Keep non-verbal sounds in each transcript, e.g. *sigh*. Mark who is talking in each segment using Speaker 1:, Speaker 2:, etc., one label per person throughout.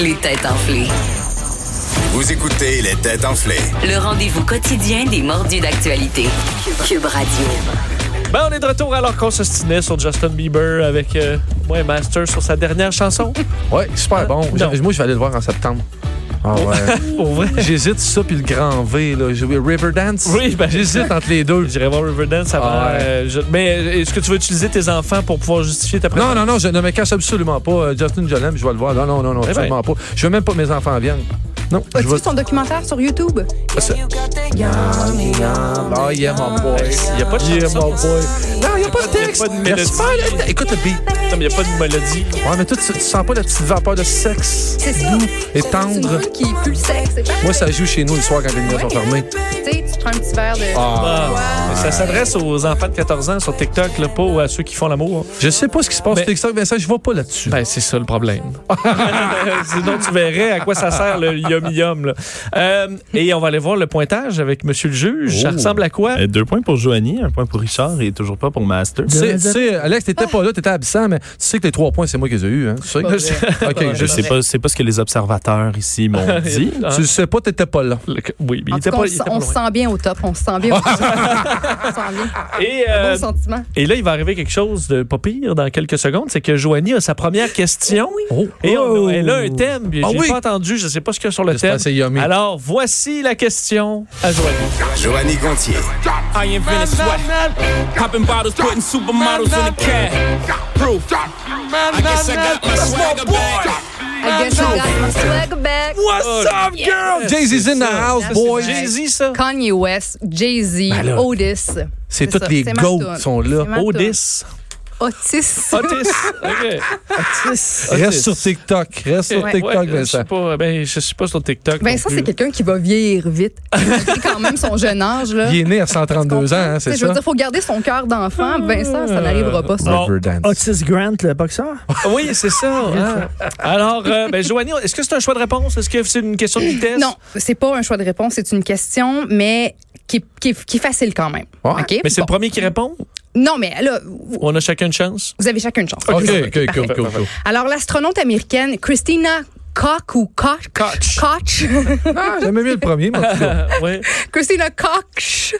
Speaker 1: Les têtes enflées.
Speaker 2: Vous écoutez les têtes enflées.
Speaker 1: Le rendez-vous quotidien des mordus d'actualité. Cube Radio.
Speaker 3: Ben, on est de retour alors qu'on s'ostinait sur Justin Bieber avec euh, moi et Master sur sa dernière *laughs* chanson.
Speaker 4: Ouais,
Speaker 3: Ah,
Speaker 4: super bon.
Speaker 3: non.
Speaker 4: Moi, je vais aller le voir en septembre. Ah ouais.
Speaker 3: *laughs* Pour vrai.
Speaker 4: J'hésite ça puis le grand V là, J'ai- Riverdance.
Speaker 3: Oui, ben,
Speaker 4: J'hésite entre les
Speaker 3: *laughs*
Speaker 4: deux.
Speaker 3: J'irai voir Riverdance avant.
Speaker 4: Ah ouais.
Speaker 3: euh, je- Mais euh, est-ce que tu veux utiliser tes enfants pour pouvoir justifier ta
Speaker 4: Non,
Speaker 3: présence?
Speaker 4: non, non, je ne me cache absolument pas. Euh, Justin, je l'aime, je vais le voir. Non, non, non, non,
Speaker 3: ben.
Speaker 4: absolument pas. Je veux même pas que mes enfants viennent. Non, je
Speaker 5: As-tu
Speaker 4: veux.
Speaker 5: vu son documentaire sur YouTube?
Speaker 4: Oh, yeah, my boy.
Speaker 3: Il n'y a pas de
Speaker 4: Yeah,
Speaker 3: chanson.
Speaker 4: my boy. Non, il n'y a pas de
Speaker 3: Y a
Speaker 4: texte.
Speaker 3: pas de
Speaker 4: Y a
Speaker 3: mélodie.
Speaker 4: super le te- Écoute le beat.
Speaker 3: Il n'y a pas de mélodie.
Speaker 4: Ouais, mais toi, tu, tu sens pas la petite vapeur de sexe
Speaker 5: C'est ça.
Speaker 4: doux et
Speaker 5: C'est une
Speaker 4: tendre.
Speaker 5: boule qui pue le sexe. C'est parfait.
Speaker 4: Moi, ça joue chez nous le soir quand les lumières sont fermées.
Speaker 5: Tu sais, tu prends un petit verre de.
Speaker 3: Ah, mais Ça s'adresse aux enfants de 14 ans sur TikTok, là, pas aux- à ceux qui font l'amour.
Speaker 4: Je sais pas ce qui se passe
Speaker 3: Mais-
Speaker 4: sur TikTok, mais ça, je vois pas là-dessus.
Speaker 3: Ben, c'est ça le problème. *laughs* Sinon, tu verrais à quoi ça sert le yum yum. là. Euh, et on va aller voir le pointage avec Monsieur le juge. Ça
Speaker 4: Oh.
Speaker 3: ressemble à quoi?
Speaker 6: Euh, Deux points pour Joanie, un point pour Richard et toujours pas pour Master.
Speaker 4: Tu sais, tu sais, Alex, t'étais pas là, t'étais absent, mais tu sais que les trois points, c'est moi qui les ai eus. Hein? Tu sais?
Speaker 3: Pas vrai.
Speaker 4: *laughs* OK, je
Speaker 6: Je sais pas, c'est pas ce que les observateurs ici
Speaker 3: *laughs*
Speaker 6: m'ont dit.
Speaker 3: Hein?
Speaker 4: Tu le sais pas, t'étais pas là.
Speaker 3: Le- Oui, mais
Speaker 5: En
Speaker 3: il
Speaker 5: tout
Speaker 3: était
Speaker 5: cas,
Speaker 3: pas,
Speaker 5: on
Speaker 3: il
Speaker 5: se-
Speaker 3: était pas
Speaker 5: on se
Speaker 3: loin.
Speaker 5: sent bien au top. On se sent bien
Speaker 3: *laughs*
Speaker 5: au top. on se sent bien.
Speaker 3: Et,
Speaker 5: Bon
Speaker 3: euh,
Speaker 5: sentiment.
Speaker 3: et là, il va arriver quelque chose de pas pire dans quelques secondes. C'est que Joanie a sa première question. Et on-
Speaker 4: Oh.
Speaker 3: elle a un thème. J'ai
Speaker 4: Ah oui.
Speaker 3: pas entendu. Je sais pas ce qu'il y a sur le
Speaker 4: J'espère
Speaker 3: thème.
Speaker 4: que c'est yummy.
Speaker 3: Alors, voici la question à Joanie.
Speaker 2: Joanny Gontier,
Speaker 7: I invented sweat. Popping bottles, putting supermodels in the cab. Proof. I guess I got my swagger back.
Speaker 3: Ah,
Speaker 5: I guess I got my swag back.
Speaker 3: What's up, girl?
Speaker 4: Jay-Z's in the house, boy.
Speaker 3: Jay-Z, ça.
Speaker 5: Kanye West, Jay-Z,
Speaker 4: Ben là.
Speaker 5: Otis.
Speaker 4: C'est
Speaker 5: ça,
Speaker 4: toutes les
Speaker 5: ma
Speaker 4: goats
Speaker 5: toune.
Speaker 4: qui sont là.
Speaker 5: C'est
Speaker 3: Oh,
Speaker 5: ma toune.
Speaker 3: Odys.
Speaker 5: *laughs* Otis.
Speaker 3: Otis. OK. Otis.
Speaker 4: Reste sur TikTok. Reste sur
Speaker 3: Ouais,
Speaker 4: TikTok,
Speaker 3: ouais, je
Speaker 4: Vincent.
Speaker 3: suis pas, ben, je suis pas sur TikTok.
Speaker 5: Ben
Speaker 3: non
Speaker 5: ça,
Speaker 3: plus.
Speaker 5: c'est quelqu'un qui va vieillir vite.
Speaker 3: *laughs*
Speaker 5: Malgré quand même son jeune âge, là.
Speaker 4: Il est né à
Speaker 5: Tu
Speaker 4: 132
Speaker 5: comprends?
Speaker 4: ans, hein, c'est
Speaker 5: Tu sais, Je veux
Speaker 4: ça?
Speaker 5: dire, faut garder son cœur
Speaker 3: Ah.
Speaker 5: d'enfant. Vincent, ça n'arrivera pas, ça.
Speaker 4: Riverdance.
Speaker 8: Otis Grant, le boxeur?
Speaker 3: Ah Oui, c'est ça.
Speaker 5: *laughs*
Speaker 3: hein. Alors, euh, ben, Joanie, est-ce que c'est un choix de réponse? Est-ce que c'est une question de vitesse?
Speaker 5: Non, c'est pas un choix de réponse, c'est une question, mais qui, qui, qui est facile quand même.
Speaker 4: Ouais,
Speaker 5: OK?
Speaker 3: Mais c'est
Speaker 5: Bon.
Speaker 3: le premier qui répond?
Speaker 5: Non, mais là, vous
Speaker 3: On a chacun une chance?
Speaker 5: vous avez chacun une chance.
Speaker 4: OK,
Speaker 5: C'est ça.
Speaker 4: OK, cool, cool,
Speaker 3: *laughs*
Speaker 4: cool.
Speaker 5: Alors, l'astronaute américaine Christina Koch ou Koch?
Speaker 3: Koch.
Speaker 5: Koch. *laughs*
Speaker 4: Ah, J'aimais mieux le premier, mais en tout cas.
Speaker 5: Euh,
Speaker 3: Oui.
Speaker 5: Christina Koch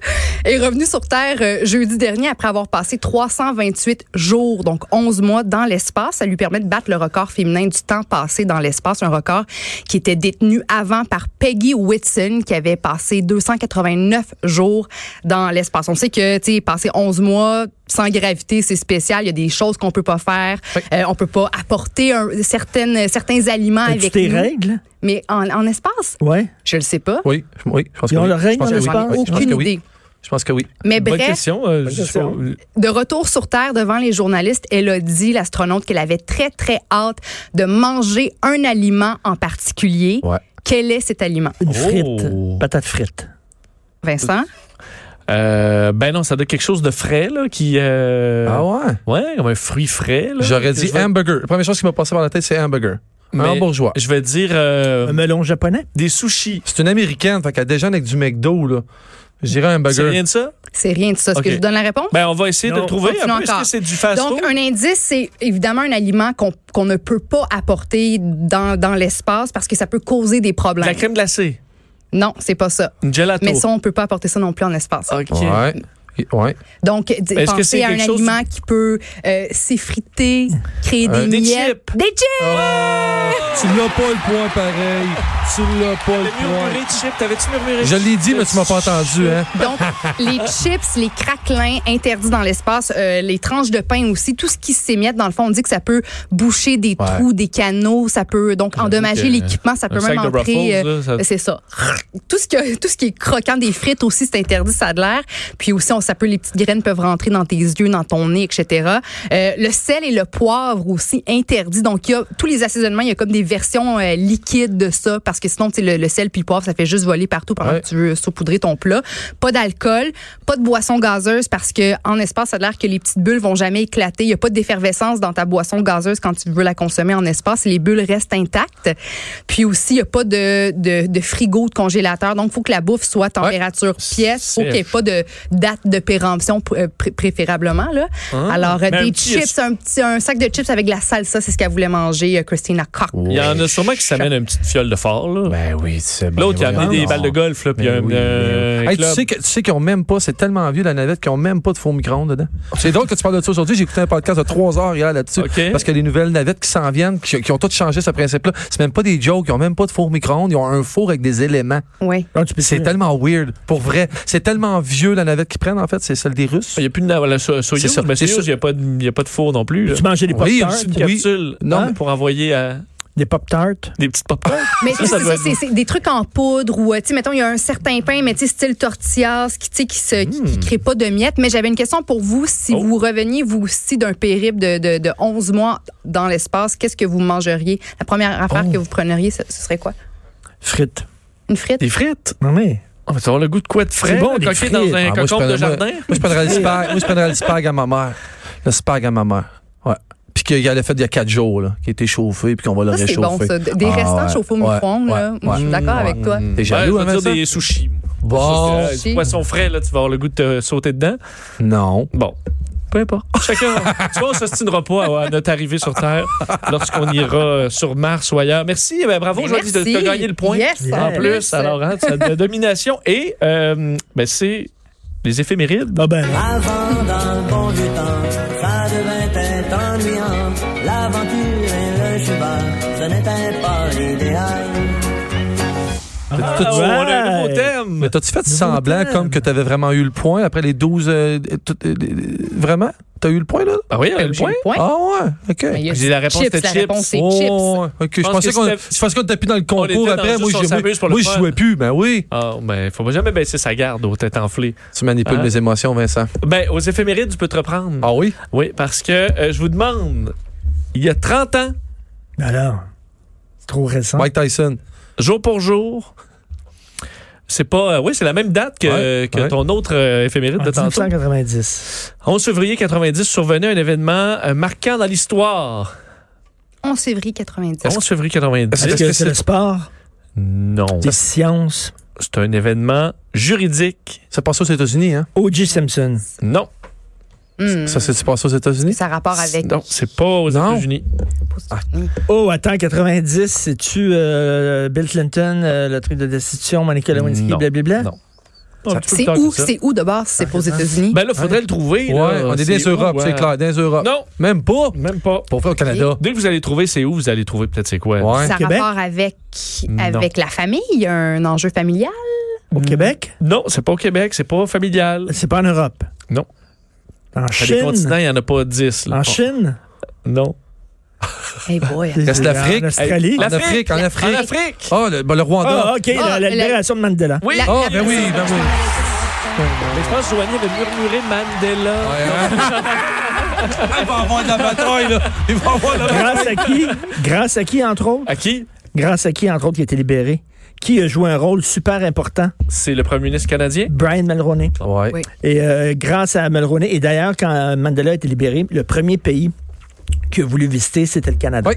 Speaker 5: est revenue sur Terre euh, jeudi dernier après avoir passé 328 jours, donc 11 mois dans l'espace. Ça lui permet de battre le record féminin du temps passé dans l'espace, un record qui était détenu avant par Peggy Whitson qui avait passé 289 jours dans l'espace. On sait que, tu sais, passer 11 mois sans gravité, c'est spécial. Il y a des choses qu'on peut pas faire. Euh, on peut pas apporter un- certaines, certains aliments
Speaker 8: As-tu
Speaker 5: avec
Speaker 8: tes
Speaker 5: nous.
Speaker 8: règles?
Speaker 5: Mais en, en espace,
Speaker 8: Ouais.
Speaker 5: je le sais
Speaker 3: Ah.
Speaker 5: pas.
Speaker 4: Oui, je- oui, je pense que
Speaker 8: Ils ont
Speaker 4: oui.
Speaker 8: leur
Speaker 4: Je
Speaker 8: règne
Speaker 4: pense
Speaker 8: dans
Speaker 4: que
Speaker 8: le
Speaker 4: oui.
Speaker 8: sport.
Speaker 4: Oui, je pense
Speaker 5: Aucune
Speaker 4: que oui.
Speaker 5: idée.
Speaker 4: Je pense que oui.
Speaker 5: Mais
Speaker 3: Bonne
Speaker 5: bref,
Speaker 3: question. euh, je sais pas.
Speaker 5: De retour sur Terre devant les journalistes, elle a dit, l'astronaute, qu'elle avait très, très hâte de manger un aliment en particulier.
Speaker 4: Ouais.
Speaker 5: Quel est cet aliment?
Speaker 8: Une
Speaker 3: Oh.
Speaker 8: frite. Patate frite.
Speaker 5: Vincent?
Speaker 3: Euh, ben non, ça doit être quelque chose de frais, là, qui... euh,
Speaker 4: Ah ouais?
Speaker 3: Ouais, comme un fruit frais. là.
Speaker 4: J'aurais
Speaker 3: Je
Speaker 4: dit
Speaker 3: vais-
Speaker 4: hamburger. La première chose qui m'a passé par la tête, c'est hamburger. Un
Speaker 3: Mais-
Speaker 4: hambourgeois.
Speaker 3: Je vais dire euh,
Speaker 8: Un melon japonais?
Speaker 3: des sushis.
Speaker 4: C'est une américaine, fait qu'elle déjeune avec du McDo, là. J'irais un
Speaker 3: C'est rien
Speaker 4: burger.
Speaker 3: de ça?
Speaker 5: C'est rien de ça. Est-ce
Speaker 3: OK.
Speaker 5: que je vous donne la réponse?
Speaker 3: Ben, on va essayer de
Speaker 8: Non.
Speaker 3: le trouver.
Speaker 5: Continue
Speaker 3: un peu. Est-ce
Speaker 5: encore.
Speaker 3: que c'est du fast-food?
Speaker 5: Donc, un indice, c'est évidemment un aliment qu'on qu'on ne peut pas apporter dans, dans l'espace parce que ça peut causer des
Speaker 3: De La
Speaker 5: problèmes.
Speaker 3: crème glacée.
Speaker 5: Non, c'est pas ça.
Speaker 3: Une gelato.
Speaker 5: Mais ça, on peut pas apporter ça non plus en espace.
Speaker 3: OK. Ben,
Speaker 4: Ouais. Ouais.
Speaker 5: Donc, d-
Speaker 3: Est-ce que
Speaker 5: pensez
Speaker 3: c'est
Speaker 5: à un
Speaker 3: quelque chose-
Speaker 5: aliment qui peut euh, s'effriter, créer des,
Speaker 3: Euh, Des
Speaker 5: miettes.
Speaker 3: chips. Ah.
Speaker 5: Des chips!
Speaker 4: Tu n'as pas le point pareil. tu l'as pas le
Speaker 3: T'as murmuré
Speaker 4: point.
Speaker 3: chip. T'avais-tu murmuré
Speaker 4: Je l'ai dit, mais tu m'as pas entendu, hein?
Speaker 5: *laughs* Donc, les chips, les craquelins interdits dans l'espace, euh, les tranches de pain aussi, tout ce qui s'émiette, dans le fond, on dit que ça peut boucher des
Speaker 4: Ouais.
Speaker 5: trous, des canaux, ça peut donc endommager
Speaker 4: que,
Speaker 5: l'équipement, ça peut
Speaker 3: un
Speaker 5: même
Speaker 3: sac de
Speaker 5: entrer. euh,
Speaker 3: Ruffles, là, ça-
Speaker 5: C'est ça. Tout ce, que, tout ce qui est croquant, des frites aussi, c'est interdit, ça a de l'air. Puis aussi, on, ça peut, les petites graines peuvent rentrer dans tes yeux, dans ton nez, etc. Euh, le sel et le poivre aussi interdits. Donc, il y a tous les assaisonnements, il y a comme des versions euh, liquides de ça, parce que sinon, tu sais, le, le sel puis le poivre, ça fait juste voler partout pendant
Speaker 4: Ouais.
Speaker 5: que Ah, tu veux saupoudrer ton plat. Pas d'alcool, pas de boisson gazeuse, parce que en espace, ça a l'air que les petites bulles vont jamais éclater. Il y a pas d'effervescence dans ta boisson gazeuse quand tu veux la consommer en espace. Les bulles restent intactes. Puis aussi, il y a pas de, de, de frigo, de congélateur. Donc, faut que la bouffe soit température pièce. Faut
Speaker 3: Sèche.
Speaker 5: qu'il n'y ait pas de date de péremption pr- euh, pré- préférablement. Là. Alors,
Speaker 3: Hein?
Speaker 5: euh,
Speaker 3: Mais
Speaker 5: des
Speaker 3: un petit-
Speaker 5: chips, un, petit, un sac de chips avec de la salsa, c'est ce qu'elle voulait manger, euh, Christina Koch.
Speaker 3: Il y en a sûrement qui s'amènent une petite fiole de fort, là.
Speaker 4: Ben oui, c'est bon.
Speaker 3: L'autre, il a amené des balles de golf, là, puis un, euh,
Speaker 4: Hey, tu
Speaker 3: club.
Speaker 4: sais que- tu sais qu'ils ont même pas, c'est tellement vieux la navette qu'ils ont même pas de four micro-ondes dedans. C'est drôle que tu parles de ça aujourd'hui. J'ai écouté un podcast de trois heures hier là-dessus.
Speaker 3: OK.
Speaker 4: Parce que les nouvelles navettes qui s'en viennent, qui, qui ont toutes changé ce principe-là, c'est même pas des jokes, ils ont même pas de four micro-ondes, ils ont un four avec des éléments.
Speaker 5: Oui.
Speaker 8: Ah, tu peux
Speaker 4: C'est tellement weird, pour vrai. C'est tellement vieux la navette qu'ils prennent, en fait, c'est celle des Russes.
Speaker 3: Il n'y a plus de nav- la so- Soyouz,
Speaker 4: C'est ça,
Speaker 3: mais
Speaker 4: c'est
Speaker 3: Soyouz,
Speaker 4: ça.
Speaker 3: il n'y a, pas de- il y a pas de four non plus. là.
Speaker 8: Tu mangeais des
Speaker 4: Oui,
Speaker 8: Pop-Tarts,
Speaker 3: Une
Speaker 4: oui.
Speaker 3: capsule
Speaker 4: Non,
Speaker 3: hein,
Speaker 4: mais-
Speaker 3: pour envoyer à
Speaker 8: des Pop-Tarts.
Speaker 3: des petites pop
Speaker 5: Mais
Speaker 3: Ça,
Speaker 5: tu sais,
Speaker 3: ça
Speaker 5: c'est
Speaker 3: doit
Speaker 5: ça,
Speaker 3: être
Speaker 5: c'est c'est des trucs en poudre ou, euh, tu sais, mettons, il y a un certain pain, mais tu sais, style tortillas, qui, tu sais, qui se, qui, qui crée pas de miettes. Mais j'avais une question pour vous. Si
Speaker 3: Hmm. Oh.
Speaker 5: vous reveniez, vous aussi, d'un périple de, de, de 11 mois dans l'espace, qu'est-ce que vous mangeriez? La première affaire
Speaker 3: Oh.
Speaker 5: que vous preneriez, ce, ce serait quoi?
Speaker 8: Frites.
Speaker 5: Une frite?
Speaker 3: Des frites.
Speaker 8: Non, mais.
Speaker 3: On Ah, va avoir le goût de quoi de frais?
Speaker 8: C'est bon,
Speaker 3: là,
Speaker 8: des
Speaker 3: coquer
Speaker 8: frites.
Speaker 3: dans un
Speaker 4: Ah, moi, je
Speaker 3: cocombe de
Speaker 4: prendrais- moi-
Speaker 3: jardin?
Speaker 4: Moi, je prendrais *laughs* le spag, moi, je prendrais le spag à ma mère. Le spag à ma mère. Ouais. Puis qu'il y a le fait il y a quatre jours, là, qui a été chauffé, puis qu'on va le
Speaker 5: Ça, c'est
Speaker 4: réchauffer.
Speaker 5: bon, ça. Des
Speaker 4: Ah,
Speaker 5: restants
Speaker 4: ouais.
Speaker 5: chauffés au
Speaker 4: Ouais,
Speaker 5: micro-ondes, là.
Speaker 4: ouais,
Speaker 5: Moi, je suis
Speaker 4: ouais.
Speaker 5: d'accord avec toi.
Speaker 4: T'es
Speaker 3: Ben,
Speaker 4: jaloux,
Speaker 3: je vais
Speaker 4: hein,
Speaker 3: dire
Speaker 4: ça?
Speaker 3: des sushis.
Speaker 4: Bon.
Speaker 3: Ça, c'est, euh, Poisson frais, là, tu vas avoir le goût de te sauter dedans.
Speaker 4: Non.
Speaker 3: Bon. Peu importe. Chacun, tu vois, on s'ostinera pas à, à notre arrivée sur Terre lorsqu'on ira euh, sur Mars ou ailleurs. Merci, ben, bravo,
Speaker 5: Mais
Speaker 3: Joanie, de,
Speaker 5: merci.
Speaker 3: de gagner le point.
Speaker 5: Yes,
Speaker 3: en
Speaker 5: yes.
Speaker 3: plus, alors, hein, de la domination. Et, euh, ben, c'est les éphémérides.
Speaker 8: Ah ben.
Speaker 7: Avant dans le bon vieux temps, ça devint être ennuyant. L'aventure et le cheval, ce n'était pas l'idéal.
Speaker 3: Ah,
Speaker 4: T'as-tu-
Speaker 3: on a un nouveau
Speaker 8: ouais.
Speaker 3: thème.
Speaker 4: Mais t'as-tu fait semblant
Speaker 8: thème.
Speaker 4: comme que t'avais vraiment eu le point après les 12. euh, tout- euh, euh, vraiment? T'as eu le point, là?
Speaker 3: Ah oui, on a le
Speaker 5: J'ai
Speaker 3: point.
Speaker 5: le point.
Speaker 4: Ah ouais, OK.
Speaker 5: Mais il y a
Speaker 3: J'ai la réponse,
Speaker 5: chips,
Speaker 3: c'était
Speaker 5: la
Speaker 3: chips.
Speaker 5: réponse, c'est chips.
Speaker 4: Oh, ouais, OK. Je
Speaker 3: pense
Speaker 4: pensais
Speaker 3: que
Speaker 4: qu'on
Speaker 3: c'était-
Speaker 4: je pensais qu'on tapait dans le
Speaker 3: était
Speaker 4: concours
Speaker 3: dans
Speaker 4: après.
Speaker 3: juste
Speaker 4: Moi,
Speaker 3: on
Speaker 4: je jouais,
Speaker 3: s'amuse pour le
Speaker 4: moi, je
Speaker 3: fun.
Speaker 4: jouais plus. Ben oui.
Speaker 3: Ah, ben, faut jamais baisser sa garde aux têtes enflées.
Speaker 4: Tu manipules
Speaker 3: Ah.
Speaker 4: mes émotions, Vincent.
Speaker 3: Ben, aux éphémérides, tu peux te reprendre.
Speaker 4: Hein? Ah oui?
Speaker 3: Oui, parce que euh, je vous demande, il y a 30 ans,
Speaker 8: Alors. Ben C'est trop récent.
Speaker 4: Mike Tyson.
Speaker 3: jour pour jour, c'est pas. euh, oui, c'est la même date que,
Speaker 4: Ouais,
Speaker 3: que
Speaker 4: ouais.
Speaker 3: ton autre euh, éphéméride
Speaker 8: En
Speaker 3: de tantôt.
Speaker 8: 1990.
Speaker 3: 11 février 90 survenait un événement euh, marquant dans l'histoire.
Speaker 5: 11 février 90.
Speaker 3: 11 février 90.
Speaker 8: Est-ce que c'est le sport?
Speaker 3: Non.
Speaker 8: Des sciences?
Speaker 3: C'est un événement juridique.
Speaker 4: Ça passait aux États-Unis, hein?
Speaker 8: O.J. Simpson.
Speaker 3: Non.
Speaker 5: Hmm.
Speaker 4: Ça, c'est-tu passé aux États-Unis?
Speaker 5: Ça a rapport avec.
Speaker 3: Non, c'est pas aux
Speaker 4: Non.
Speaker 3: États-Unis.
Speaker 8: Oh, attends, 90, c'est-tu euh, Bill Clinton, euh, le truc de destitution, Monica Lewinsky,
Speaker 3: Non.
Speaker 8: blablabla?
Speaker 3: Non.
Speaker 4: Ça-
Speaker 3: Un petit peu plus
Speaker 5: C'est
Speaker 3: tard que
Speaker 5: où?
Speaker 3: ça.
Speaker 5: C'est où de base? C'est aux États-Unis?
Speaker 3: Ben là, faudrait
Speaker 4: Hein?
Speaker 3: le trouver.
Speaker 4: Ouais,
Speaker 3: là.
Speaker 4: on est
Speaker 3: C'est
Speaker 4: des
Speaker 3: où,
Speaker 4: Europe,
Speaker 3: hein?
Speaker 4: c'est clair, des Europe.
Speaker 3: Non,
Speaker 4: Même pas.
Speaker 3: même pas.
Speaker 4: Pour faire au Canada.
Speaker 3: Dès que vous allez trouver c'est où, vous allez trouver peut-être c'est quoi.
Speaker 4: Ouais.
Speaker 5: ça a
Speaker 8: Québec?
Speaker 5: rapport avec,
Speaker 3: Ben, Non.
Speaker 5: avec la famille, un enjeu familial?
Speaker 8: Au Québec?
Speaker 3: Non, c'est pas au Québec, c'est pas familial.
Speaker 8: C'est pas en Europe.
Speaker 3: Non.
Speaker 8: En
Speaker 3: À des
Speaker 8: Chine?
Speaker 3: continents, il n'y en a pas 10. là.
Speaker 8: En Chine?
Speaker 3: Non.
Speaker 5: Hey
Speaker 3: *laughs*
Speaker 5: Eh, boy.
Speaker 4: Reste l'Afrique.
Speaker 8: En Australie?
Speaker 4: En Afrique, en
Speaker 3: En
Speaker 4: Afrique.
Speaker 3: Afrique!
Speaker 4: Ah, le, ben, le Rwanda.
Speaker 8: Ah, OK, la-
Speaker 5: Ah,
Speaker 8: la, libération de Mandela.
Speaker 3: Oui!
Speaker 4: Ah, ben oui, ben oui.
Speaker 3: Mais je pense que Joanie avait murmuré Mandela.
Speaker 4: Il va avoir de la bataille, là. Il va avoir de la
Speaker 8: Grâce à qui? Grâce à qui, entre autres?
Speaker 3: À qui?
Speaker 8: Grâce à qui, entre autres, qui a été libéré? Qui a joué un rôle super important?
Speaker 3: C'est le premier ministre canadien.
Speaker 8: Brian Mulroney.
Speaker 4: Ouais.
Speaker 5: Oui.
Speaker 8: Et euh, grâce à Mulroney, et d'ailleurs, quand Mandela a été libéré, le premier pays que voulu visiter, c'était le Canada.
Speaker 4: Oui.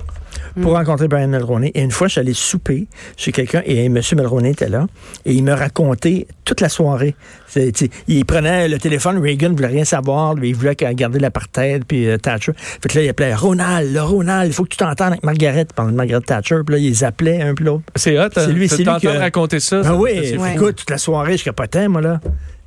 Speaker 8: Pour rencontrer Brian Mulroney. Et une fois, je suis allé souper chez quelqu'un et M. Mulroney était là. Et il me racontait toute la soirée. C'est- tu sais, Il prenait le téléphone. Reagan voulait rien savoir. Lui, il voulait garder l'apartheid. Puis euh, Thatcher. Fait que là, il appelait Ronald, le Ronald, il faut que tu t'entendes avec Margaret. Pendant Margaret Thatcher. Puis là, il les appelait un puis l'autre.
Speaker 3: C'est Ben hot.
Speaker 8: C'est lui,
Speaker 3: Tu
Speaker 8: c'est lui
Speaker 3: t'entends
Speaker 8: qui a-
Speaker 3: raconter ça.
Speaker 8: Ah
Speaker 3: ça-
Speaker 8: oui,
Speaker 3: c'est-
Speaker 5: Ouais.
Speaker 8: écoute, toute la soirée, je capotais, moi, là.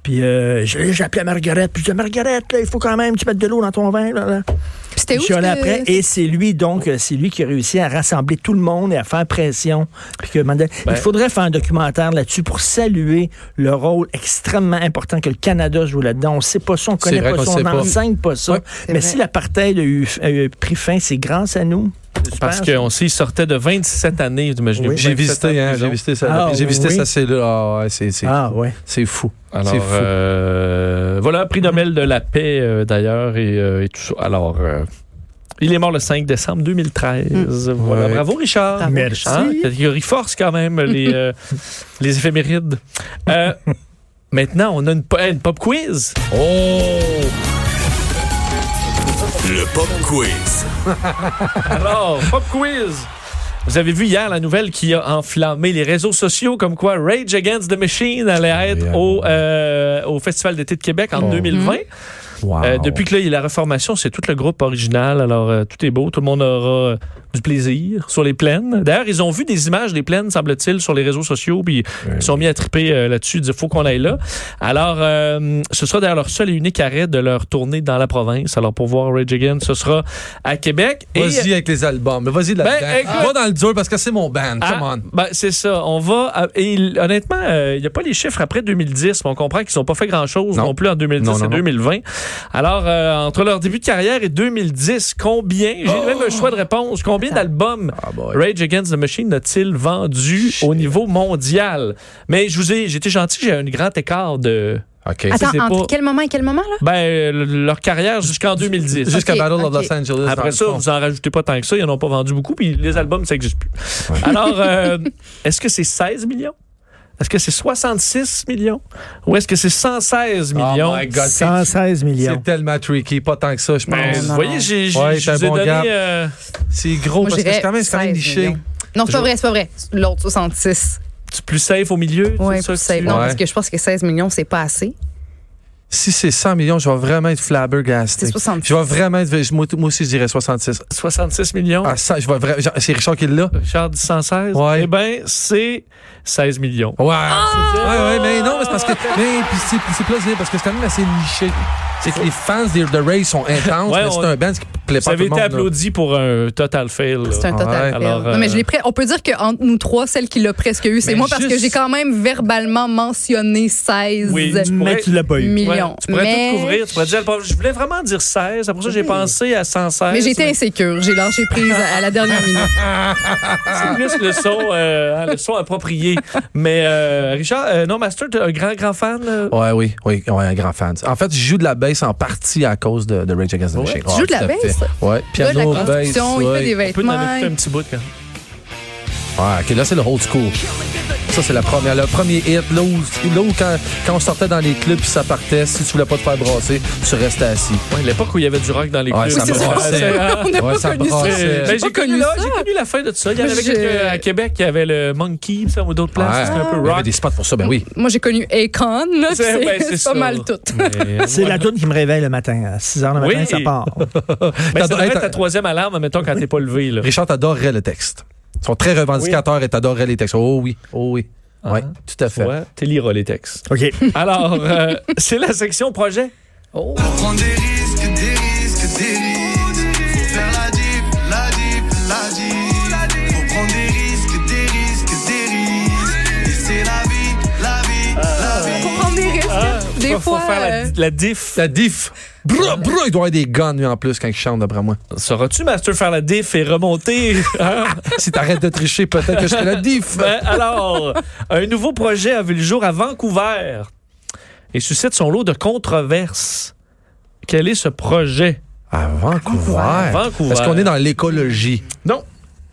Speaker 8: Puis euh, je- j'appelais Margaret, puis je disais, Margaret, là, il faut quand même que tu mettes de l'eau dans ton vin. Là, là.
Speaker 5: Puis C'était où?
Speaker 8: Je suis allé
Speaker 5: ce que-
Speaker 8: après. Et c'est lui, donc, euh, c'est lui qui a réussi à rassembler tout le monde et à faire pression. Puis que Mandela-
Speaker 3: Ben.
Speaker 8: Il faudrait faire un documentaire là-dessus pour saluer le rôle extrêmement important que le Canada joue là-dedans. On ne sait pas ça, on ne
Speaker 4: C'est
Speaker 8: connaît
Speaker 4: vrai
Speaker 8: pas
Speaker 4: qu'on
Speaker 8: ça, on
Speaker 4: sait pas.
Speaker 8: n'enseigne pas ça.
Speaker 4: Ouais.
Speaker 8: Mais
Speaker 5: vrai.
Speaker 8: si l'apartheid a, eu- a eu pris fin, c'est grâce à nous. C'est super,
Speaker 3: Parce
Speaker 8: ça.
Speaker 3: qu'on sait, il sortait de 27 années, imaginez-vous.
Speaker 8: Oui.
Speaker 4: J'ai
Speaker 3: 27 ans de
Speaker 4: visité, hein,
Speaker 3: prison.
Speaker 4: j'ai visité ça.
Speaker 8: Ah,
Speaker 4: j'ai visité
Speaker 8: oui.
Speaker 4: ça, c'est là. Ah, ouais, c'est c'est-
Speaker 8: Ah, ouais.
Speaker 4: c'est fou.
Speaker 3: Alors,
Speaker 4: C'est fou.
Speaker 3: euh, voilà, prix Nobel de la paix, euh, d'ailleurs, et, euh, et tout ça. Alors, euh, il est mort le 5 décembre 2013. Voilà,
Speaker 4: Ouais.
Speaker 3: Mm. bravo, Richard.
Speaker 5: Bravo,
Speaker 8: Merci.
Speaker 3: Hein? Catégorie force, quand même, les, *laughs* euh, les éphémérides. Euh, maintenant, on a une, po- une pop quiz. Oh!
Speaker 2: Le Pop Quiz.
Speaker 3: Alors, pop quiz. Vous avez vu hier la nouvelle qui a enflammé les réseaux sociaux comme quoi Rage Against the Machine allait être
Speaker 4: Incroyable.
Speaker 3: au, euh, au Festival d'été de Québec en
Speaker 4: Bon.
Speaker 3: 2020.
Speaker 4: Wow.
Speaker 3: Euh, depuis que là, il y a la reformation, c'est tout le groupe original. Alors, euh, tout est beau. Tout le monde aura euh, du plaisir sur les plaines. D'ailleurs, ils ont vu des images des plaines, semble-t-il, sur les réseaux sociaux. Puis, ils sont mis à triper euh, là-dessus. Ils disent, faut qu'on aille là. Alors, euh, ce sera d'ailleurs leur seul et unique arrêt de leur tournée dans la province. Alors, pour voir Rage Against, ce sera à Québec. Et-
Speaker 4: Vas-y avec les albums. Mais vas-y là-dedans.
Speaker 3: Ben, écoute-
Speaker 4: Va dans le dur parce que c'est mon band.
Speaker 3: Ah,
Speaker 4: Come on.
Speaker 3: ben, c'est ça. On va. à- et il- honnêtement, euh, il n'y a pas les chiffres après 2010, mais on comprend qu'ils n'ont pas fait grand-chose non.
Speaker 4: Non.
Speaker 3: plus en 2010
Speaker 4: Non, non,
Speaker 3: et
Speaker 4: non.
Speaker 3: 2020. Alors, euh, entre leur début de carrière et 2010, combien, j'ai même un choix de réponse, combien d'albums
Speaker 4: Oh! Ah, boy.
Speaker 3: Rage Against the Machine a-t-il vendu au niveau mondial? Mais je vous ai, j'étais gentil, j'ai un grand écart de.
Speaker 4: OK.
Speaker 5: Attends,
Speaker 3: c'est
Speaker 5: entre
Speaker 3: pas-
Speaker 5: quel moment et quel moment, là?
Speaker 3: Ben, euh, leur carrière jusqu'en 2010.
Speaker 4: Jusqu'à
Speaker 5: Ok,
Speaker 4: Battle
Speaker 5: ok.
Speaker 4: of Los Angeles. dans
Speaker 3: Après
Speaker 4: le
Speaker 3: ça,
Speaker 4: fond.
Speaker 3: vous en rajoutez pas tant que ça. Ils n'en ont pas vendu beaucoup, puis les albums, ça n'existe plus. Alors,
Speaker 4: *laughs*
Speaker 3: euh, est-ce que c'est 16 millions? Est-ce que c'est 66 millions? Ou est-ce que c'est 116 millions?
Speaker 4: Oh my God, c'est-
Speaker 8: 116 millions.
Speaker 4: C'est tellement tricky, pas tant que ça, je
Speaker 3: Ben,
Speaker 4: pense.
Speaker 3: vous voyez, j'ai, j'ai-
Speaker 4: Ouais,
Speaker 3: je
Speaker 4: c'est un
Speaker 3: vous ai
Speaker 4: bon gap.
Speaker 3: donné... euh,
Speaker 4: C'est gros
Speaker 5: Moi,
Speaker 4: parce que
Speaker 5: j'irais
Speaker 4: c'est quand même, c'est quand même
Speaker 5: 16
Speaker 4: niché.
Speaker 5: millions. Non, c'est pas vrai, c'est pas vrai. L'autre 66.
Speaker 3: tu es plus safe au milieu?
Speaker 5: Oui,
Speaker 3: c'est ça que tu-
Speaker 5: Non,
Speaker 4: Ouais.
Speaker 5: parce que je pense que 16 millions, c'est pas assez.
Speaker 4: Si c'est 100 millions, je vais vraiment être flabbergasté.
Speaker 5: C'est 66.
Speaker 4: Je vais vraiment être. je- Moi, moi aussi, je dirais 66.
Speaker 3: 66 millions?
Speaker 4: Ah, ça, je vais vraiment. C'est Richard qui est là?
Speaker 3: Richard dit 116?
Speaker 4: Ouais.
Speaker 3: Eh bien, c'est 16 millions.
Speaker 4: Ouais. ouais, ouais, mais non, mais c'est parce que. Mais puis c'est puis c'est plaisir parce que c'est quand même assez niché. C'est que les fans de, de Ray sont intenses,
Speaker 3: Ouais,
Speaker 4: mais
Speaker 3: on-
Speaker 4: c'est un band qui
Speaker 3: Vous
Speaker 4: plaît pas à tout
Speaker 3: avez
Speaker 4: le
Speaker 3: été
Speaker 4: monde. là.
Speaker 3: applaudi pour un total fail. là.
Speaker 5: C'est un total
Speaker 4: Ouais.
Speaker 5: fail.
Speaker 3: Alors,
Speaker 5: Non, mais je
Speaker 3: euh,
Speaker 5: l'ai pré- On peut dire qu'entre nous trois, celle qui l'a presque eu, c'est
Speaker 4: Mais
Speaker 5: moi parce que
Speaker 4: juste-
Speaker 5: j'ai quand même verbalement mentionné 16
Speaker 3: Oui, tu pourrais-
Speaker 8: Mais tu l'as pas eu.
Speaker 3: Ouais,
Speaker 5: millions.
Speaker 3: tu pourrais
Speaker 5: mais
Speaker 3: tout couvrir. Tu pourrais dire, je voulais vraiment dire 16. Après ça, j'ai pensé à 116.
Speaker 5: mais j'étais insécure. J'ai lâché prise à à
Speaker 4: *laughs*
Speaker 5: la dernière minute.
Speaker 3: C'est *laughs* plus le son, euh, hein, le son approprié. Mais euh, Richard, euh, non, Master, t'es un grand, grand fan. euh,
Speaker 4: Ouais, oui, oui, ouais, un grand fan. En fait, je joue de la bass en partie à cause de, de Rage Against the Machine.
Speaker 5: tu joues de la
Speaker 4: tout à
Speaker 5: bass?
Speaker 4: fait. Ouais,
Speaker 5: Il fait de la
Speaker 4: piano, bass.
Speaker 5: construction, il
Speaker 4: ouais.
Speaker 5: fait des
Speaker 3: On peut en écouter
Speaker 5: vêtements.
Speaker 3: un petit bout quand
Speaker 4: Ouais, ok, là, c'est le old school. Ça, c'est la première, le premier hit. Là où, là où quand, quand on sortait dans les clubs puis ça partait, si tu voulais pas te faire brasser, tu restais assis.
Speaker 3: Ouais, L'époque où il y avait du rock dans les
Speaker 4: Ouais,
Speaker 3: clubs.
Speaker 4: ça
Speaker 3: c'est-
Speaker 4: brassait.
Speaker 3: c'est- hein,
Speaker 5: On n'a
Speaker 4: Ouais,
Speaker 5: pas
Speaker 4: ça
Speaker 5: connu ça.
Speaker 4: brassait.
Speaker 3: c'est-
Speaker 4: J'ai
Speaker 3: ben, J'ai
Speaker 5: pas
Speaker 3: connu,
Speaker 5: connu
Speaker 3: là-
Speaker 5: ça.
Speaker 3: j'ai connu la fin de tout ça. Il y en
Speaker 5: Moi,
Speaker 3: avait
Speaker 5: j'ai-
Speaker 3: quelques- à Québec, il y avait le Monkey, ça, ou d'autres places.
Speaker 4: Ouais.
Speaker 3: C'était un
Speaker 4: Il
Speaker 3: peu
Speaker 4: y avait
Speaker 3: rock.
Speaker 4: des spots pour ça, ben oui.
Speaker 5: Moi, j'ai connu Akon. là, puis
Speaker 3: C'est- ben, c'est
Speaker 5: C'est c'est pas
Speaker 3: ça.
Speaker 5: mal tout.
Speaker 3: Mais-
Speaker 8: C'est la toune qui me réveille le matin. À 6 h le matin,
Speaker 3: Oui.
Speaker 8: ça part.
Speaker 3: Mais ça
Speaker 4: T'as-
Speaker 3: devrait
Speaker 4: hey,
Speaker 3: être
Speaker 4: t'as-
Speaker 3: ta troisième alarme, mettons, quand t'es pas levé. là.
Speaker 4: Richard t'adorerait le texte. Ils sont très revendicateurs et t'adorerais les textes. Oh oui, oh oui. Oui, tout à fait.
Speaker 3: Ouais, tu liras les textes.
Speaker 8: OK.
Speaker 3: Alors, euh, c'est la section projet.
Speaker 9: Prendre des risques, des risques, des risques. Faut faire la diff, la diff, la diff. Faut prendre des risques, des risques, des risques. Et c'est la vie, la vie, la vie.
Speaker 5: Faut prendre des risques. des
Speaker 3: faut,
Speaker 5: fois.
Speaker 3: Faut faire la,
Speaker 5: euh,
Speaker 3: la diff.
Speaker 4: La diff. Bra, bra, il doit y avoir des guns, lui, en plus, quand il chante, d'après moi.
Speaker 3: Sauras-tu, Master, faire la diff et
Speaker 5: *laughs*
Speaker 3: remonter? hein?
Speaker 4: Si t'arrêtes de tricher, peut-être que je fais la diff.
Speaker 3: Ben, alors, un nouveau projet a vu le jour à Vancouver et suscite son lot de controverses. Quel est ce projet?
Speaker 4: À Vancouver.
Speaker 3: Vancouver.
Speaker 4: Est-ce qu'on est dans l'écologie?
Speaker 3: Non.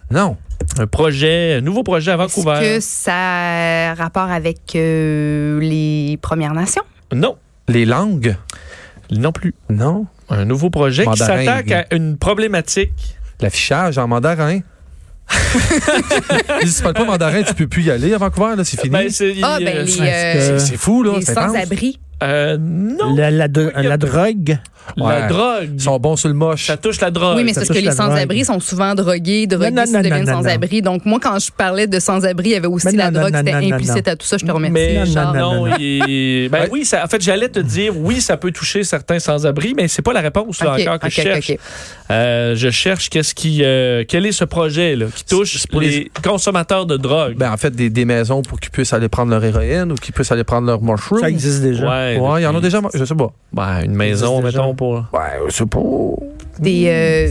Speaker 4: Non.
Speaker 3: Un projet, un nouveau projet à
Speaker 5: Est-ce
Speaker 3: Vancouver.
Speaker 5: que ça a rapport avec euh, les Premières Nations?
Speaker 3: Non,
Speaker 4: Les langues?
Speaker 3: non plus.
Speaker 4: Non.
Speaker 3: Un nouveau projet qui
Speaker 4: Mandarin,
Speaker 3: s'attaque
Speaker 4: oui.
Speaker 3: à une problématique.
Speaker 4: L'affichage en mandarin?
Speaker 3: *laughs*
Speaker 4: si tu parles pas mandarin, tu peux plus y aller à Vancouver, là, c'est fini.
Speaker 3: Ben, c'est- il-
Speaker 5: Ah, ben,
Speaker 3: euh,
Speaker 5: les,
Speaker 3: c'est-
Speaker 5: euh,
Speaker 4: c'est fou, là.
Speaker 5: les
Speaker 4: c'est intense.
Speaker 5: sans-abri.
Speaker 3: Euh, *laughs* non.
Speaker 8: La, la, dro- la drogue.
Speaker 3: La
Speaker 4: Ouais.
Speaker 3: drogue.
Speaker 4: Ils sont bons sur le moche.
Speaker 3: Ça touche la drogue.
Speaker 5: Oui, mais
Speaker 3: Ah, Ça
Speaker 5: c'est parce que
Speaker 3: touche
Speaker 5: les
Speaker 3: la drogue.
Speaker 5: sans-abri sont souvent drogués, drogués,
Speaker 8: non,
Speaker 5: se
Speaker 8: non,
Speaker 5: deviennent
Speaker 8: non, non,
Speaker 5: sans-abri. Donc, moi, quand je parlais de sans-abri, il y avait aussi
Speaker 8: Mais
Speaker 5: la
Speaker 8: non,
Speaker 5: drogue,
Speaker 8: non, non,
Speaker 5: c'était
Speaker 8: non,
Speaker 5: implicite à tout ça. Je te remercie.
Speaker 3: Mais
Speaker 5: Richard.
Speaker 3: non,
Speaker 8: non, non.
Speaker 3: il- ben oui, ça, en fait, j'allais te dire, oui, ça peut toucher certains sans-abri, mais c'est pas la réponse là,
Speaker 5: Ok,
Speaker 3: encore que je
Speaker 5: ok,
Speaker 3: cherche.
Speaker 5: ok.
Speaker 3: Euh, je cherche qu'est-ce qui, euh, quel est ce projet là, qui touche
Speaker 4: C'est pour
Speaker 3: les,
Speaker 4: les-
Speaker 3: consommateurs de drogue.
Speaker 4: Ben, en fait, des, des maisons pour qu'ils puissent aller prendre leur héroïne ou qu'ils puissent aller prendre leur mushroom.
Speaker 8: Ça existe déjà.
Speaker 3: ouais,
Speaker 4: Ouais, il y en a déjà. Je sais pas.
Speaker 3: Ben, une maison,
Speaker 8: Ça existe déjà.
Speaker 3: mettons, pour.
Speaker 4: Ouais, je sais pas.
Speaker 3: Mm.
Speaker 5: Des, euh,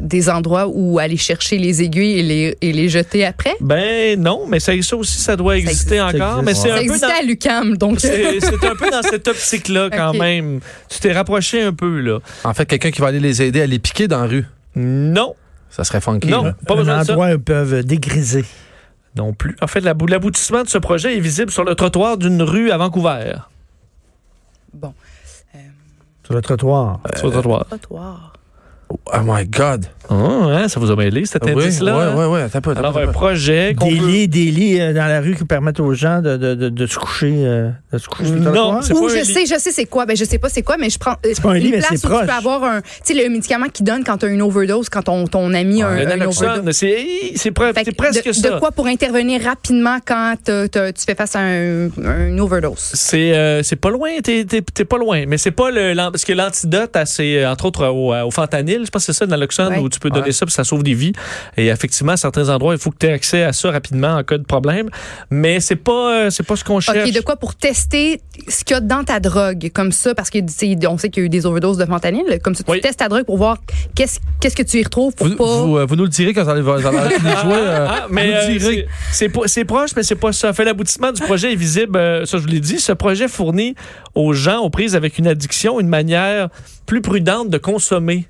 Speaker 5: des endroits où aller chercher les aiguilles et les, et les jeter après.
Speaker 3: Ben non, mais ça, ça aussi, ça doit exister
Speaker 8: existe, ça
Speaker 3: encore.
Speaker 8: existe.
Speaker 3: Mais c'est
Speaker 8: Ouais.
Speaker 3: un
Speaker 5: Ça
Speaker 3: peu
Speaker 4: *laughs*
Speaker 5: existait
Speaker 3: dans-
Speaker 5: à l'UCAM, donc.
Speaker 3: c'est c'est un peu dans cette optique-là, quand
Speaker 5: Ok.
Speaker 3: même. Tu t'es rapproché un peu, là.
Speaker 4: En fait, quelqu'un qui va aller les aider à les piquer dans la rue.
Speaker 3: Non,
Speaker 4: Ça serait funky.
Speaker 3: non,
Speaker 4: là.
Speaker 3: pas besoin de
Speaker 8: Un
Speaker 3: ça.
Speaker 8: endroit où ils peuvent dégriser.
Speaker 3: Non plus. En fait, l'abou- l'aboutissement de ce projet est visible sur le trottoir d'une rue à Vancouver.
Speaker 4: Euh,
Speaker 5: Bon,
Speaker 8: Sur le trottoir.
Speaker 3: Sur le trottoir.
Speaker 5: trottoir.
Speaker 4: Oh my God.
Speaker 3: Ah, hein, ça vous a mêlé, cet
Speaker 4: Ah Oui,
Speaker 3: indice-là? hein?
Speaker 4: ouais, ouais, ouais. Attends un peu, attends
Speaker 3: Alors,
Speaker 4: un
Speaker 3: un
Speaker 4: peu.
Speaker 3: projet qu'on
Speaker 8: Des
Speaker 3: peut-
Speaker 8: lits, des lits euh, dans la rue qui permettent aux gens de, de, de, de se coucher. euh, de se coucher sur le
Speaker 3: Non,
Speaker 8: trottoir.
Speaker 3: c'est-
Speaker 5: Ou
Speaker 3: pas un
Speaker 5: je
Speaker 3: lit.
Speaker 5: sais, je sais c'est quoi. Ben, je sais pas c'est quoi, mais je prends. euh, C'est
Speaker 8: pas un lit, mais c'est
Speaker 5: Tu
Speaker 8: proche.
Speaker 5: peux avoir un. Tu sais, le médicament qui donne quand tu as une overdose, quand ton, ton ami a un,
Speaker 3: Le
Speaker 5: un overdose.
Speaker 3: Naloxone, c'est c'est pre-
Speaker 5: Fait
Speaker 3: c'est
Speaker 5: que
Speaker 3: presque
Speaker 5: de,
Speaker 3: ça.
Speaker 5: de quoi pour intervenir rapidement quand t'as- t'as- tu fais face à un, un overdose.
Speaker 3: C'est euh, c'est pas loin, t'es t'es- t'es pas loin. Mais c'est pas le. l'an- Parce que l'antidote, à ces- euh, entre autres au, au fentanyl, je pense que c'est ça, le naloxone,
Speaker 5: Ouais.
Speaker 3: où tu peux
Speaker 4: Ouais.
Speaker 3: donner ça, puis ça sauve des vies. Et effectivement, à certains endroits, il faut que tu aies accès à ça rapidement en cas de problème. Mais c'est pas, euh, c'est pas ce qu'on cherche.
Speaker 5: OK, de quoi pour tester ce qu'il y a dans ta drogue, comme ça, parce que tu sais, on sait qu'il y a eu des overdoses de fentanyl. Comme ça, tu
Speaker 3: Oui.
Speaker 5: testes ta drogue pour voir qu'est-ce qu'est-ce que tu y retrouves pour
Speaker 4: Vous,
Speaker 5: pas.
Speaker 4: vous, euh, vous nous le direz quand vous allez, vous allez
Speaker 3: *laughs*
Speaker 4: les jouer. euh,
Speaker 3: Ah, mais
Speaker 4: vous nous
Speaker 3: euh,
Speaker 4: le direz.
Speaker 3: c'est- c'est pas- c'est proche, mais c'est pas ça. Fait l'aboutissement du projet est visible. euh, ça, je vous l'ai dit. Ce projet fournit aux gens aux prises avec une addiction une manière plus prudente de consommer.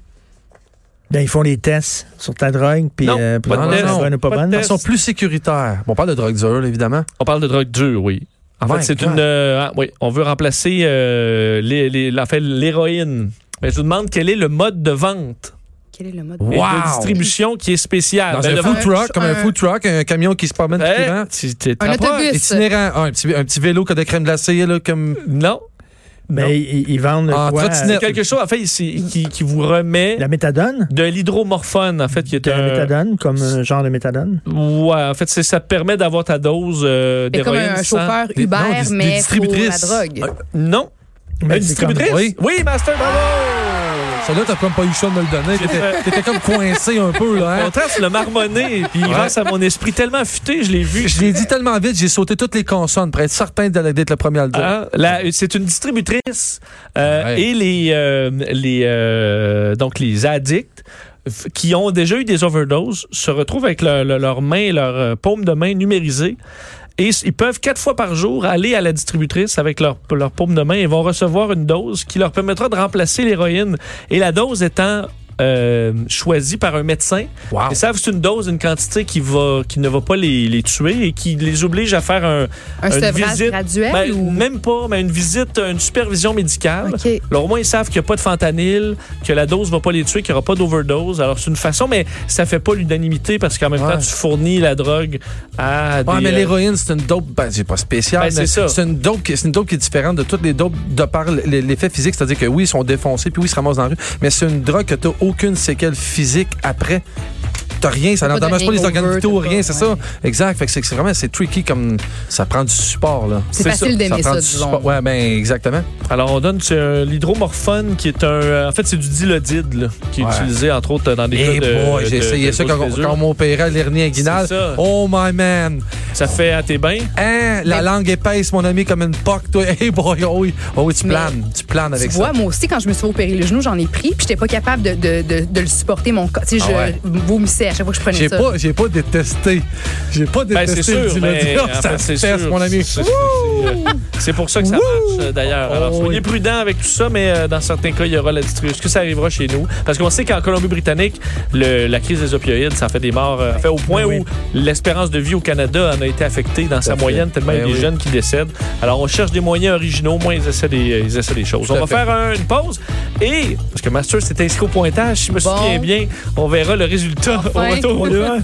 Speaker 8: Ben, ils font les tests sur ta drogue. Puis,
Speaker 3: Non,
Speaker 8: euh, pour
Speaker 3: pas de
Speaker 8: voir si
Speaker 3: test,
Speaker 8: la bonne ou pas
Speaker 3: pas de
Speaker 8: bonne.
Speaker 3: test.
Speaker 4: Ils sont plus sécuritaires. Bon, on parle de drogue dure, là, évidemment. Oh
Speaker 3: On parle de drogue dure, oui. En
Speaker 4: My
Speaker 3: fait, c'est
Speaker 4: God.
Speaker 3: une. euh, ah, oui, on veut remplacer euh, les, les- en fait, l'héroïne. Mais je vous demande quel est le mode de vente
Speaker 5: Quel est le mode?
Speaker 3: et de
Speaker 4: Wow!
Speaker 3: distribution qui est spécial.
Speaker 4: Dans
Speaker 3: Ben,
Speaker 4: un
Speaker 3: le
Speaker 4: food
Speaker 3: vent-
Speaker 4: truck, comme un
Speaker 5: un-
Speaker 4: food truck, un camion qui se promène
Speaker 3: Hey,
Speaker 4: souvent.
Speaker 3: tu- tu-
Speaker 5: Un
Speaker 3: t'approches.
Speaker 5: autobus.
Speaker 4: Itinérant. Ah, un, petit, un petit vélo qui a de la crème glacée, là, comme.
Speaker 3: Non,
Speaker 8: Ben, ils, ils vendent
Speaker 4: En
Speaker 8: quoi, euh,
Speaker 4: trottinette.
Speaker 3: quelque chose en fait, c'est- qui, qui vous remet
Speaker 8: La méthadone?
Speaker 3: de l'hydromorphone, en fait, qui est
Speaker 8: De la
Speaker 3: un,
Speaker 8: méthadone, comme un genre de méthadone.
Speaker 3: Ouais, en fait, c'est ça permet d'avoir ta dose euh,
Speaker 5: C'est comme
Speaker 3: d'héroïne.
Speaker 5: un
Speaker 3: sans- Euh,
Speaker 5: chauffeur
Speaker 4: des-
Speaker 5: Uber,
Speaker 4: non, des- des
Speaker 5: mais pour la
Speaker 4: distributrices.
Speaker 5: drogue.
Speaker 3: Non.
Speaker 8: Mais
Speaker 3: Ben, Une
Speaker 8: c'est comme-
Speaker 3: distributrice?
Speaker 4: oui.
Speaker 3: Master, bravo!
Speaker 4: Celle-là, t'as comme pas eu le choix de me le donner. T'étais- T'étais comme coincé un peu,
Speaker 3: Au *laughs*
Speaker 4: là. hein.
Speaker 3: contraire, tu l'as marmonné, puis il
Speaker 4: Ouais.
Speaker 3: reste à mon esprit tellement affûté, je l'ai vu.
Speaker 4: Je l'ai dit tellement vite, j'ai sauté toutes les consonnes pour être certain d'aller- d'être le premier à le dire.
Speaker 3: Hein? La- c'est une distributrice euh,
Speaker 4: Ah Ouais.
Speaker 3: et les euh, les euh, donc les addicts f- qui ont déjà eu des overdoses se retrouvent avec leur, leur, leur main, leur euh, paume de main numérisée. Et s- ils peuvent quatre fois par jour aller à la distributrice avec leur, leur paume de main et vont recevoir une dose qui leur permettra de remplacer l'héroïne. Et la dose étant euh, choisie par un médecin,
Speaker 4: Wow.
Speaker 3: ils savent que c'est une dose, une quantité qui, va, qui ne va pas les, les tuer et qui les oblige à faire un,
Speaker 5: Un
Speaker 3: une
Speaker 5: sevrage
Speaker 3: visite
Speaker 5: graduel
Speaker 3: ben,
Speaker 5: ou-
Speaker 3: Même pas, mais une visite, une supervision médicale.
Speaker 5: OK.
Speaker 3: Alors, au moins, ils savent qu'il n'y a pas de fentanyl, que la dose va pas les tuer, qu'il n'y aura pas d'overdose. Alors, c'est une façon, mais ça fait pas l'unanimité parce qu'en même
Speaker 4: Ouais.
Speaker 3: temps, tu fournis la drogue à des.
Speaker 4: Ouais, Ah,
Speaker 3: euh,
Speaker 4: mais l'héroïne, c'est une dope, ben, c'est pas spécial,
Speaker 3: Ben,
Speaker 4: mais
Speaker 3: c'est ça.
Speaker 4: c'est une dope, qui- c'est une dope qui est différente de toutes les dopes de par l- l'effet physique, c'est-à-dire que oui, ils sont défoncés, puis oui, ils se ramassent dans la rue, mais c'est une drogue que t'as aucune séquelle physique après. T'as rien, ça
Speaker 5: T'as pas de
Speaker 4: n'endommage pas les organes
Speaker 5: hangover,
Speaker 4: vitaux,
Speaker 5: t'as
Speaker 4: rien,
Speaker 5: pas-
Speaker 4: c'est
Speaker 5: ouais.
Speaker 4: ça. Exact, fait que c'est c'est vraiment, c'est tricky comme, ça prend du support, là.
Speaker 5: C'est facile d'aimer
Speaker 4: prend
Speaker 5: ça,
Speaker 4: du
Speaker 5: disons.
Speaker 4: support. Ouais, ben, exactement.
Speaker 3: euh, Alors, on donne c'est un- l'hydromorphone qui est un. euh, En fait, c'est du dilodide, là, qui est
Speaker 4: Ouais.
Speaker 3: utilisé, entre autres, dans des cas
Speaker 4: Et
Speaker 3: de-
Speaker 4: moi,
Speaker 3: de-
Speaker 4: j'ai essayé
Speaker 3: de
Speaker 4: ça quand,
Speaker 3: grosses
Speaker 4: quand
Speaker 3: fêlures.
Speaker 4: mon père à l'hernie inguinale.
Speaker 3: C'est ça.
Speaker 4: Oh my man!
Speaker 3: Ça fait à tes bains.
Speaker 4: Hein, la
Speaker 5: Mais-
Speaker 4: langue épaisse, mon ami, comme une poque, toi. *laughs* Hey boy, oh oui, oh oui, tu
Speaker 5: Mais-
Speaker 4: planes, tu planes avec
Speaker 5: tu
Speaker 4: ça.
Speaker 5: vois, moi aussi, quand je me suis fait opérer le genou, j'en ai pris, puis j'étais pas capable de, de, de, de le supporter, mon corps. Tu sais,
Speaker 4: Ah
Speaker 5: je
Speaker 4: ouais.
Speaker 5: vomissais à chaque fois que je prenais
Speaker 4: J'ai
Speaker 5: ça.
Speaker 4: pas, j'ai pas détesté. J'ai pas
Speaker 3: Ben,
Speaker 4: détesté
Speaker 3: c'est
Speaker 4: le
Speaker 3: sûr,
Speaker 4: dilodien.
Speaker 3: mais en
Speaker 4: ça
Speaker 3: fait, c'est
Speaker 4: teste,
Speaker 3: sûr.
Speaker 4: mon ami.
Speaker 3: C'est- c'est- c'est- C'est pour ça que ça marche, euh, d'ailleurs. Alors,
Speaker 4: Oh,
Speaker 3: soyez
Speaker 4: oui.
Speaker 3: prudents avec tout ça, mais euh, dans certains cas, il y aura la distribution. Est-ce que ça arrivera chez nous? Parce qu'on sait qu'en Colombie-Britannique, le- la crise des opioïdes, ça fait des morts. euh, en fait, au point
Speaker 8: Oui.
Speaker 3: où l'espérance de vie au Canada en a été affectée dans sa
Speaker 4: Ben à fait.
Speaker 3: moyenne, tellement il y a
Speaker 4: Ben
Speaker 3: des
Speaker 4: oui.
Speaker 3: jeunes qui décèdent. Alors, on cherche des moyens originaux, au moins ils essaient des, euh, ils essaient des choses.
Speaker 4: Tout
Speaker 3: On
Speaker 4: à
Speaker 3: va
Speaker 4: fait.
Speaker 3: faire un- une pause et, parce que Master s'était inscrit au pointage, si je me
Speaker 5: Bon.
Speaker 3: souviens bien, on verra le résultat
Speaker 5: Enfin.
Speaker 3: au retour.